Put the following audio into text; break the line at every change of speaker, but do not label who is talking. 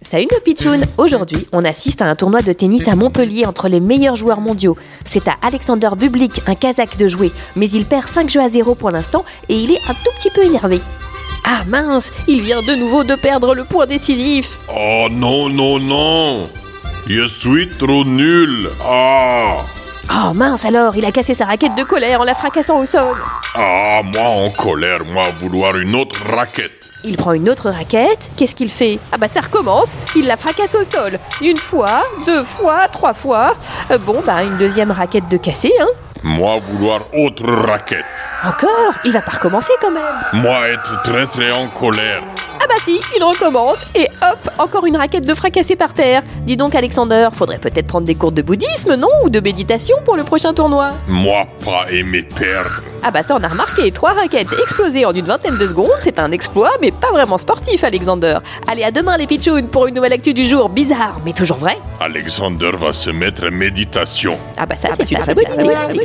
Salut nos pitchounes Aujourd'hui, on assiste à un tournoi de tennis à Montpellier entre les meilleurs joueurs mondiaux. C'est à Alexander Bublik, un Kazakh, de jouer, mais il perd 5 jeux à 0 pour l'instant et il est un tout petit peu énervé. Ah mince, il vient de nouveau de perdre le point décisif
Oh non, non, non Je suis trop nul Ah
Oh mince alors, il a cassé sa raquette de colère en la fracassant au sol
Ah, moi en colère, moi vouloir une autre raquette
Il prend une autre raquette, qu'est-ce qu'il fait Ah bah ça recommence, il la fracasse au sol. Une fois, deux fois, trois fois. Euh, Bon bah une deuxième raquette de cassé, hein
Moi vouloir autre raquette
Encore Il va pas recommencer quand même
Moi être très très en colère
Ah bah si, il recommence et hop, encore une raquette de fracassé par terre. Dis donc Alexander, faudrait peut-être prendre des cours de bouddhisme, non Ou de méditation pour le prochain tournoi
Moi pas aimer perdre
Ah bah ça on a remarqué, trois raquettes explosées en une vingtaine de secondes, c'est un exploit mais pas vraiment sportif Alexander. Allez à demain les pitchounes pour une nouvelle actu du jour, bizarre mais toujours vrai.
Alexander va se mettre en méditation
Ah bah ça c'est une très bonne idée.